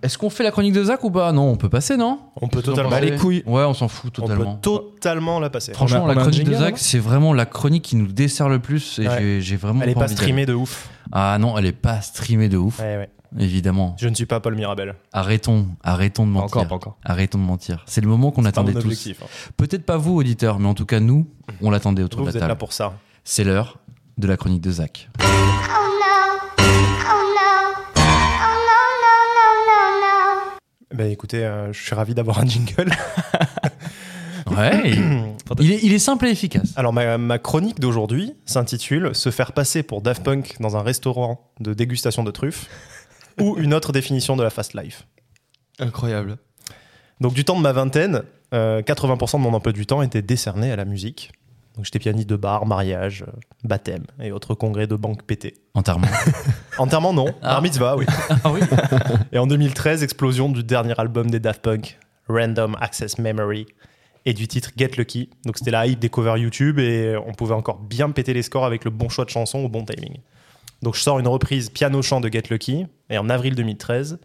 Est-ce qu'on fait la chronique de Zach ou pas Non, on peut passer, non On peut Qu'est-ce que vous en totalement- pensez Bah, les couilles. Ouais, on s'en fout On totalement. peut totalement la passer. Franchement, On la a- on a un chronique de jingle, Zach, non c'est vraiment la chronique qui nous dessert le plus et Ouais. j'ai- j'ai vraiment Elle est pas pas envie d'y streamée de ouf. aller. Ah non, elle est pas streamée de ouf, Ouais, ouais. évidemment. Je ne suis pas Paul Mirabel. Arrêtons, arrêtons de mentir. Encore, pas encore. Arrêtons de mentir. C'est le moment qu'on C'est pas attendait mon tous. objectif. hein. Peut-être pas vous, auditeurs, mais en tout cas nous, on l'attendait autour Vous, de vous la êtes là table. pour ça. C'est l'heure de la chronique de Zach. Bah écoutez, euh, je suis ravi d'avoir un jingle. Ouais, il- il, est, il est simple et efficace. Alors ma, ma chronique d'aujourd'hui s'intitule Se faire passer pour Daft Punk dans un restaurant de dégustation de truffes ou une autre définition de la fast life. Incroyable. Donc du temps de ma vingtaine, euh, 80% de mon emploi du temps était décerné à la musique. Donc j'étais pianiste de bar, mariage, euh, baptême et autres congrès de banque pété. Enterrement. Enterrement non, Ah. bar mitzvah oui. ah oui Et en 2013, explosion du dernier album des Daft Punk, Random Access Memory, et du titre Get Lucky. Donc c'était la hype des covers YouTube et on pouvait encore bien péter les scores avec le bon choix de chanson au bon timing. Donc je sors une reprise piano-chant de Get Lucky et en avril 2013,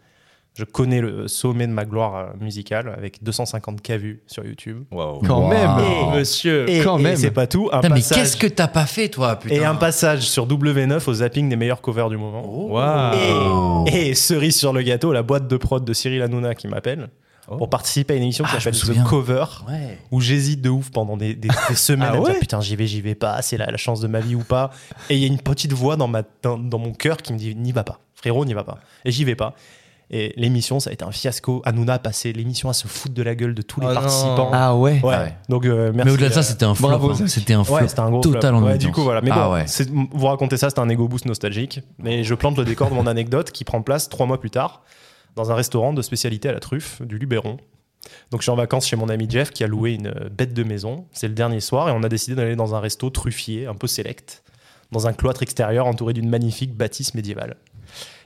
je connais le sommet de ma gloire euh, musicale avec 250 k vues sur YouTube. Quand Wow. même, Et- monsieur. Et, quand et même. c'est pas tout, un Putain, mais passage- qu'est-ce que t'as pas fait, toi, putain et un passage sur W9 au zapping des meilleurs covers du moment. Oh. Et, et cerise sur le gâteau, la boîte de prod de Cyril Hanouna qui m'appelle Oh. pour participer à une émission qui Ah, je s'appelle me souviens. The Cover, Ouais. où j'hésite de ouf pendant des, des- des semaines Ah à me ouais dire putain, j'y vais, j'y vais pas, c'est la, la chance de ma vie ou pas. Et il y a une petite voix dans, ma, dans, dans mon cœur qui me dit n'y va pas, frérot, n'y va pas. Et j'y vais pas. Et l'émission, ça a été un fiasco. Hanouna a passé l'émission à se foutre de la gueule de tous les Oh non. participants. Ah ouais. ouais. Ah ouais. Donc, euh, merci. mais au-delà de ça, euh, c'était un flop. bravo, hein. Zach. C'était un flop. Ouais, c'était un gros total flop. en Ouais, audience. du coup, voilà. Mais Ah bon, ouais. c'est- vous racontez ça, c'était un ego boost nostalgique. Mais je plante le décor de mon anecdote qui prend place trois mois plus tard dans un restaurant de spécialité à la truffe du Luberon. Donc, je suis en vacances chez mon ami Jeff qui a loué une euh, bête de maison. C'est le dernier soir et on a décidé d'aller dans un resto truffier, un peu select, dans un cloître extérieur entouré d'une magnifique bâtisse médiévale.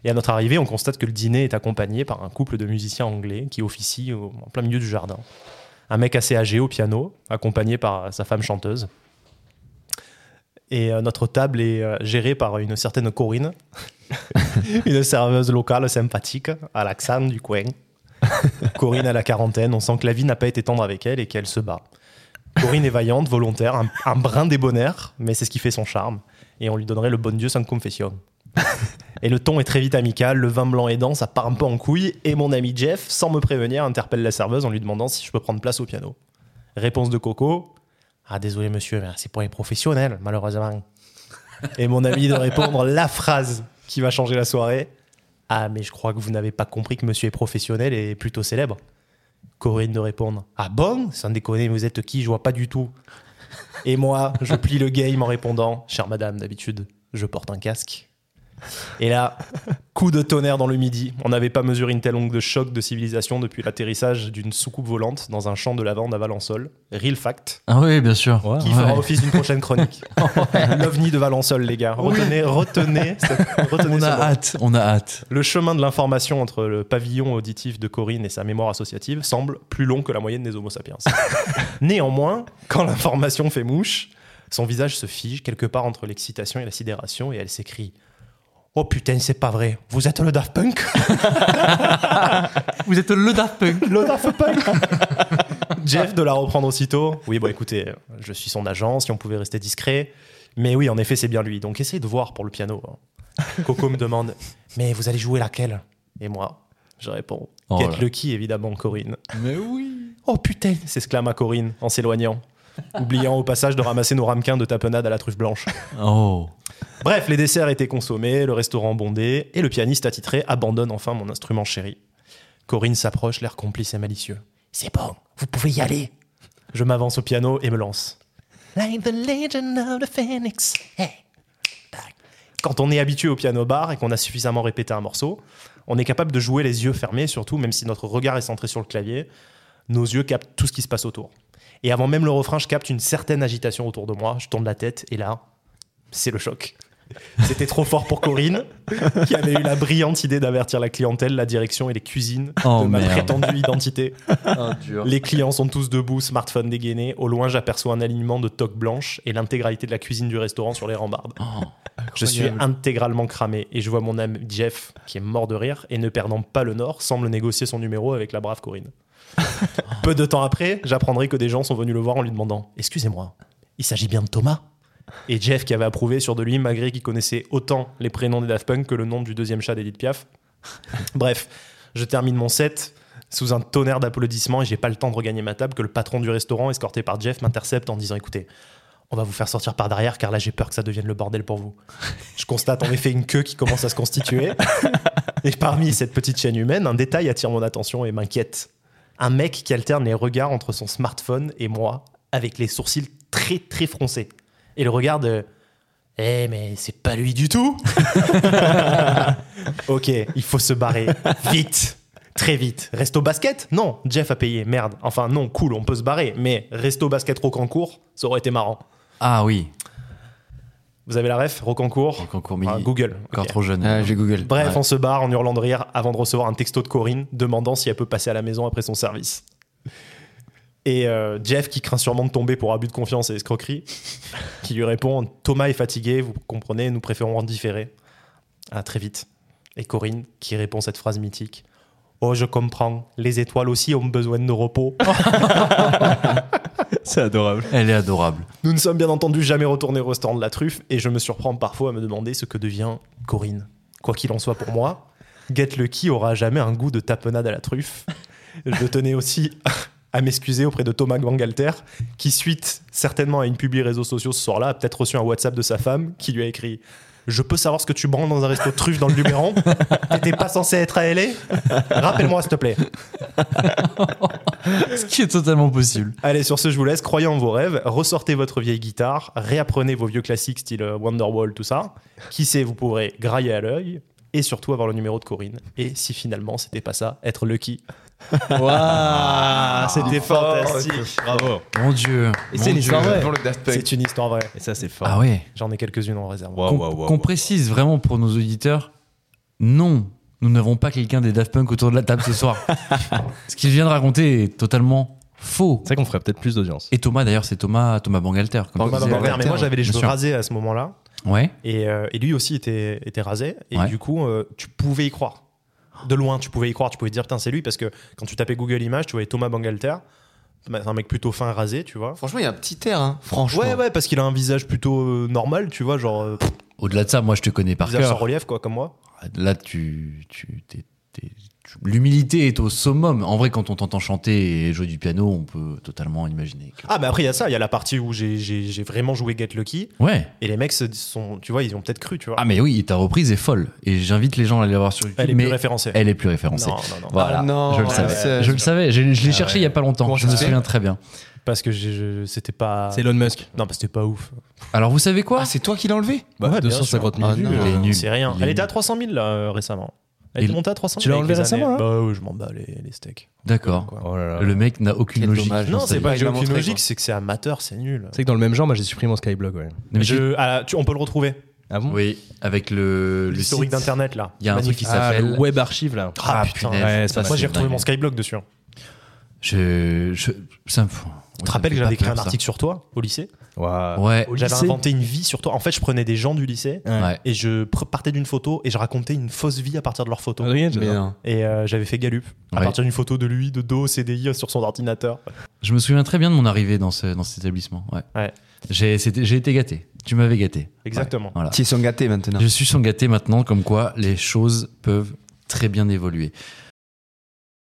Et à notre arrivée, on constate que le dîner est accompagné par un couple de musiciens anglais qui officient au- en plein milieu du jardin. Un mec assez âgé au piano, accompagné par euh, sa femme chanteuse. Et euh, notre table est euh, gérée par une certaine Corinne, une serveuse locale sympathique, à l'accent du coin. Corinne à la quarantaine, on sent que la vie n'a pas été tendre avec elle et qu'elle se bat. Corinne est vaillante, volontaire, un, un brin débonnaire, mais c'est ce qui fait son charme. Et on lui donnerait le bon Dieu sans confession. Et le ton est très vite amical, le vin blanc aidant, ça part un peu en couille. Et mon ami Jeff, sans me prévenir, interpelle la serveuse en lui demandant si je peux prendre place au piano. Réponse de Coco Ah, désolé monsieur, mais c'est pour les professionnels, malheureusement. Et mon ami de répondre la phrase qui va changer la soirée Ah, mais je crois que vous n'avez pas compris que monsieur est professionnel et plutôt célèbre. Corinne de répondre Ah bon Sans déconner, vous êtes qui Je vois pas du tout. Et moi, je plie le game en répondant Chère madame, d'habitude, je porte un casque. Et là, coup de tonnerre dans le midi. On n'avait pas mesuré une telle ongle de choc de civilisation depuis l'atterrissage d'une soucoupe volante dans un champ de lavande à Valençol. Real fact. Ah oui, bien sûr. Qui Ouais. fera office d'une prochaine chronique L'ovni de Valençol, les gars. Retenez, retenez, cette- retenez On ce a mot. hâte, on a hâte. Le chemin de l'information entre le pavillon auditif de Corinne et sa mémoire associative semble plus long que la moyenne des Homo sapiens. Néanmoins, quand l'information fait mouche, son visage se fige quelque part entre l'excitation et la sidération et elle s'écrie Oh putain, c'est pas vrai, vous êtes le Daft Punk Vous êtes le Daft Punk. Le Daft Punk Jeff de la reprendre aussitôt Oui, bon écoutez, je suis son agent, si on pouvait rester discret. Mais oui, en effet, c'est bien lui, donc essayez de voir pour le piano. hein. Coco me demande Mais vous allez jouer laquelle Et moi, je réponds Oh là. Get Lucky, évidemment, Corinne. Mais oui. Oh putain s'exclama Corinne en s'éloignant, oubliant au passage de ramasser nos ramequins de tapenade à la truffe blanche. Oh. Bref, les desserts étaient consommés, le restaurant bondé, et le pianiste attitré abandonne enfin mon instrument chéri. Corinne s'approche, l'air complice et malicieux. C'est bon, vous pouvez y aller. Je m'avance au piano et me lance. Like the legend of the phoenix. Hey. Tac. Quand on est habitué au piano bar et qu'on a suffisamment répété un morceau, on est capable de jouer les yeux fermés, surtout même si notre regard est centré sur le clavier, nos yeux captent tout ce qui se passe autour. Et avant même le refrain, je capte une certaine agitation autour de moi, je tourne la tête et là, c'est le choc. C'était trop fort pour Corinne, qui avait eu la brillante idée d'avertir la clientèle, la direction et les cuisines Oh, de ma merde. prétendue identité. Les clients sont tous debout, smartphone dégainé. Au loin, j'aperçois un alignement de toque blanche et l'intégralité de la cuisine du restaurant sur les rambardes. Oh. Je suis intégralement cramé et je vois mon ami Jeff qui est mort de rire et ne perdant pas le nord semble négocier son numéro avec la brave Corinne. Peu de temps après, j'apprendrai que des gens sont venus le voir en lui demandant Excusez-moi, il s'agit bien de Thomas Et Jeff qui avait approuvé sur de lui malgré qu'il connaissait autant les prénoms des Daft Punk que le nom du deuxième chat d'Edith Piaf. Bref, je termine mon set sous un tonnerre d'applaudissements et j'ai pas le temps de regagner ma table que le patron du restaurant, escorté par Jeff, m'intercepte en disant Écoutez, on va vous faire sortir par derrière car là j'ai peur que ça devienne le bordel pour vous. Je constate en effet une queue qui commence à se constituer. Et parmi cette petite chaîne humaine, un détail attire mon attention et m'inquiète. Un mec qui alterne les regards entre son smartphone et moi avec les sourcils très très froncés. Et le regard de Eh mais c'est pas lui du tout Ok, il faut se barrer. Vite Très vite. Resto basket Non, Jeff a payé. Merde. Enfin, non, cool, on peut se barrer. Mais resto basket Rocancourt, ça aurait été marrant. Ah oui, Vous avez la ref Rocancourt le concours midi. Ah, Google. Encore ok. trop jeune. Ah, j'ai Google. Bref, Ouais. on se barre en hurlant de rire avant de recevoir un texto de Corinne demandant si elle peut passer à la maison après son service. Et euh, Jeff, qui craint sûrement de tomber pour abus de confiance et escroquerie, qui lui répond Thomas est fatigué, vous comprenez, nous préférons en différer. À très vite. Et Corinne, qui répond cette phrase mythique Oh, je comprends, les étoiles aussi ont besoin de repos. C'est adorable. Elle est adorable. Nous ne sommes bien entendu jamais retournés au restaurant de la truffe et je me surprends parfois à me demander ce que devient Corinne. Quoi qu'il en soit pour moi, Get Lucky aura jamais un goût de tapenade à la truffe. Je tenais aussi à m'excuser auprès de Thomas Gangalter qui, suite certainement à une publi réseaux sociaux ce soir-là, a peut-être reçu un WhatsApp de sa femme qui lui a écrit Je peux savoir ce que tu branles dans un resto de truffe dans le Luberon T'étais pas censé être à LA Rappelle-moi s'il te plaît. Ce qui est totalement possible. Allez, sur ce, je vous laisse. Croyez en vos rêves, ressortez votre vieille guitare, réapprenez vos vieux classiques style euh, Wonderwall, tout ça. Qui sait, vous pourrez grailler à l'œil et surtout avoir le numéro de Corinne. Et si finalement c'était pas ça, être lucky. Waouh, c'était fantastique. Bravo. Mon Dieu. Et mon c'est une Dieu. histoire vraie. Pour le Daft Punk. C'est une histoire vraie. Et ça, c'est fort. Ah ouais. J'en ai quelques-unes en réserve. Waouh, Qu'on waouh, waouh, qu'on waouh. précise vraiment pour nos auditeurs, non, nous n'avons pas quelqu'un des Daft Punk autour de la table ce soir. ce qu'il vient de raconter est totalement faux. C'est vrai qu'on ferait peut-être plus d'audience. Et Thomas, d'ailleurs, c'est Thomas, Thomas Bangalter. Comme Thomas tu disais. Bangalter, mais moi j'avais les hein. Bien cheveux sûr. rasés à ce moment-là Ouais. et, euh, et lui aussi était, était rasé et Ouais. du coup euh, tu pouvais y croire. De loin, tu pouvais y croire, tu pouvais te dire putain c'est lui parce que quand tu tapais Google Images, tu voyais Thomas Bangalter, bah, c'est un mec plutôt fin rasé, tu vois. Franchement, il y a un petit air, hein. franchement. Ouais, ouais, parce qu'il a un visage plutôt euh, normal, tu vois, genre euh, pff, Au-delà de ça, moi, je te connais par visage sans cœur. relief, quoi, comme moi. Là, tu, tu, t'es- t'es- tu- l'humilité est au summum. En vrai, quand on t'entend chanter et jouer du piano, on peut totalement imaginer. que- Ah, mais après, il y a ça, il y a la partie où j'ai- j'ai j'ai vraiment joué Get Lucky, Ouais. et les mecs, se sont, tu vois, ils ont peut-être cru, tu vois. Ah mais oui, ta reprise est folle et j'invite les gens à aller la voir sur YouTube. Elle est mais plus référencée. elle est plus référencée. Non, non, non. Voilà, Ah non, je le ouais, savais. c'est- je le savais, je, je l'ai Ah cherché ouais. il y a pas longtemps, Comment je ça me se fait souviens très bien. Parce que j'ai- je- c'était pas. C'est Elon Musk. Non, parce que c'était pas ouf. Alors vous savez quoi Ah, c'est toi qui l'as enlevé Bah, bien 250 000 sûr. vues. Ah, non. euh, Il est nul. C'est rien. Il est Elle était nul. à 300 000 là, euh, récemment. Elle Il- était montée à 300 000. Tu l'as avec enlevée les récemment, années. là Bah ouais, je m'en bats les, les steaks. D'accord. Quoi. Oh là là. Le mec n'a aucune Quel logique. dommage. Non, c'est pas que il j'ai m'a aucune montré, logique, quoi. c'est que c'est amateur, c'est nul. C'est que dans le même genre, moi j'ai supprimé mon Skyblog. Ouais. Mais je- Je- ah, tu- on peut le retrouver. Ah bon Oui, avec le, le L'historique site. d'internet là. Il y a un truc qui Magnifique. Ah, s'appelle. le Web Archive là. Ah, Ah, putain. punaise. Ouais, ça, Ah, Moi j'ai c'est retrouvé dingue. mon skyblock dessus. hein. Je, je- ça me. Tu te rappelles que j'avais écrit un article sur toi au lycée Waouh. Ouais. Au J'avais lycée inventé une vie sur toi. En fait, je prenais des gens du lycée Ouais. et je pr- partais d'une photo et je racontais une fausse vie à partir de leur photo. Ah Adrien, Mais j'adore. non. Et euh, j'avais fait Galup à Ouais. partir d'une photo de lui, de dos, CDI sur son ordinateur. Je me souviens très bien de mon arrivée dans ce dans cet établissement. Ouais. Ouais. J'ai c'était- j'ai été gâté. Tu m'avais gâté. Exactement. Voilà. Ils sont gâtés maintenant. Je suis son gâté maintenant, comme quoi les choses peuvent très bien évoluer.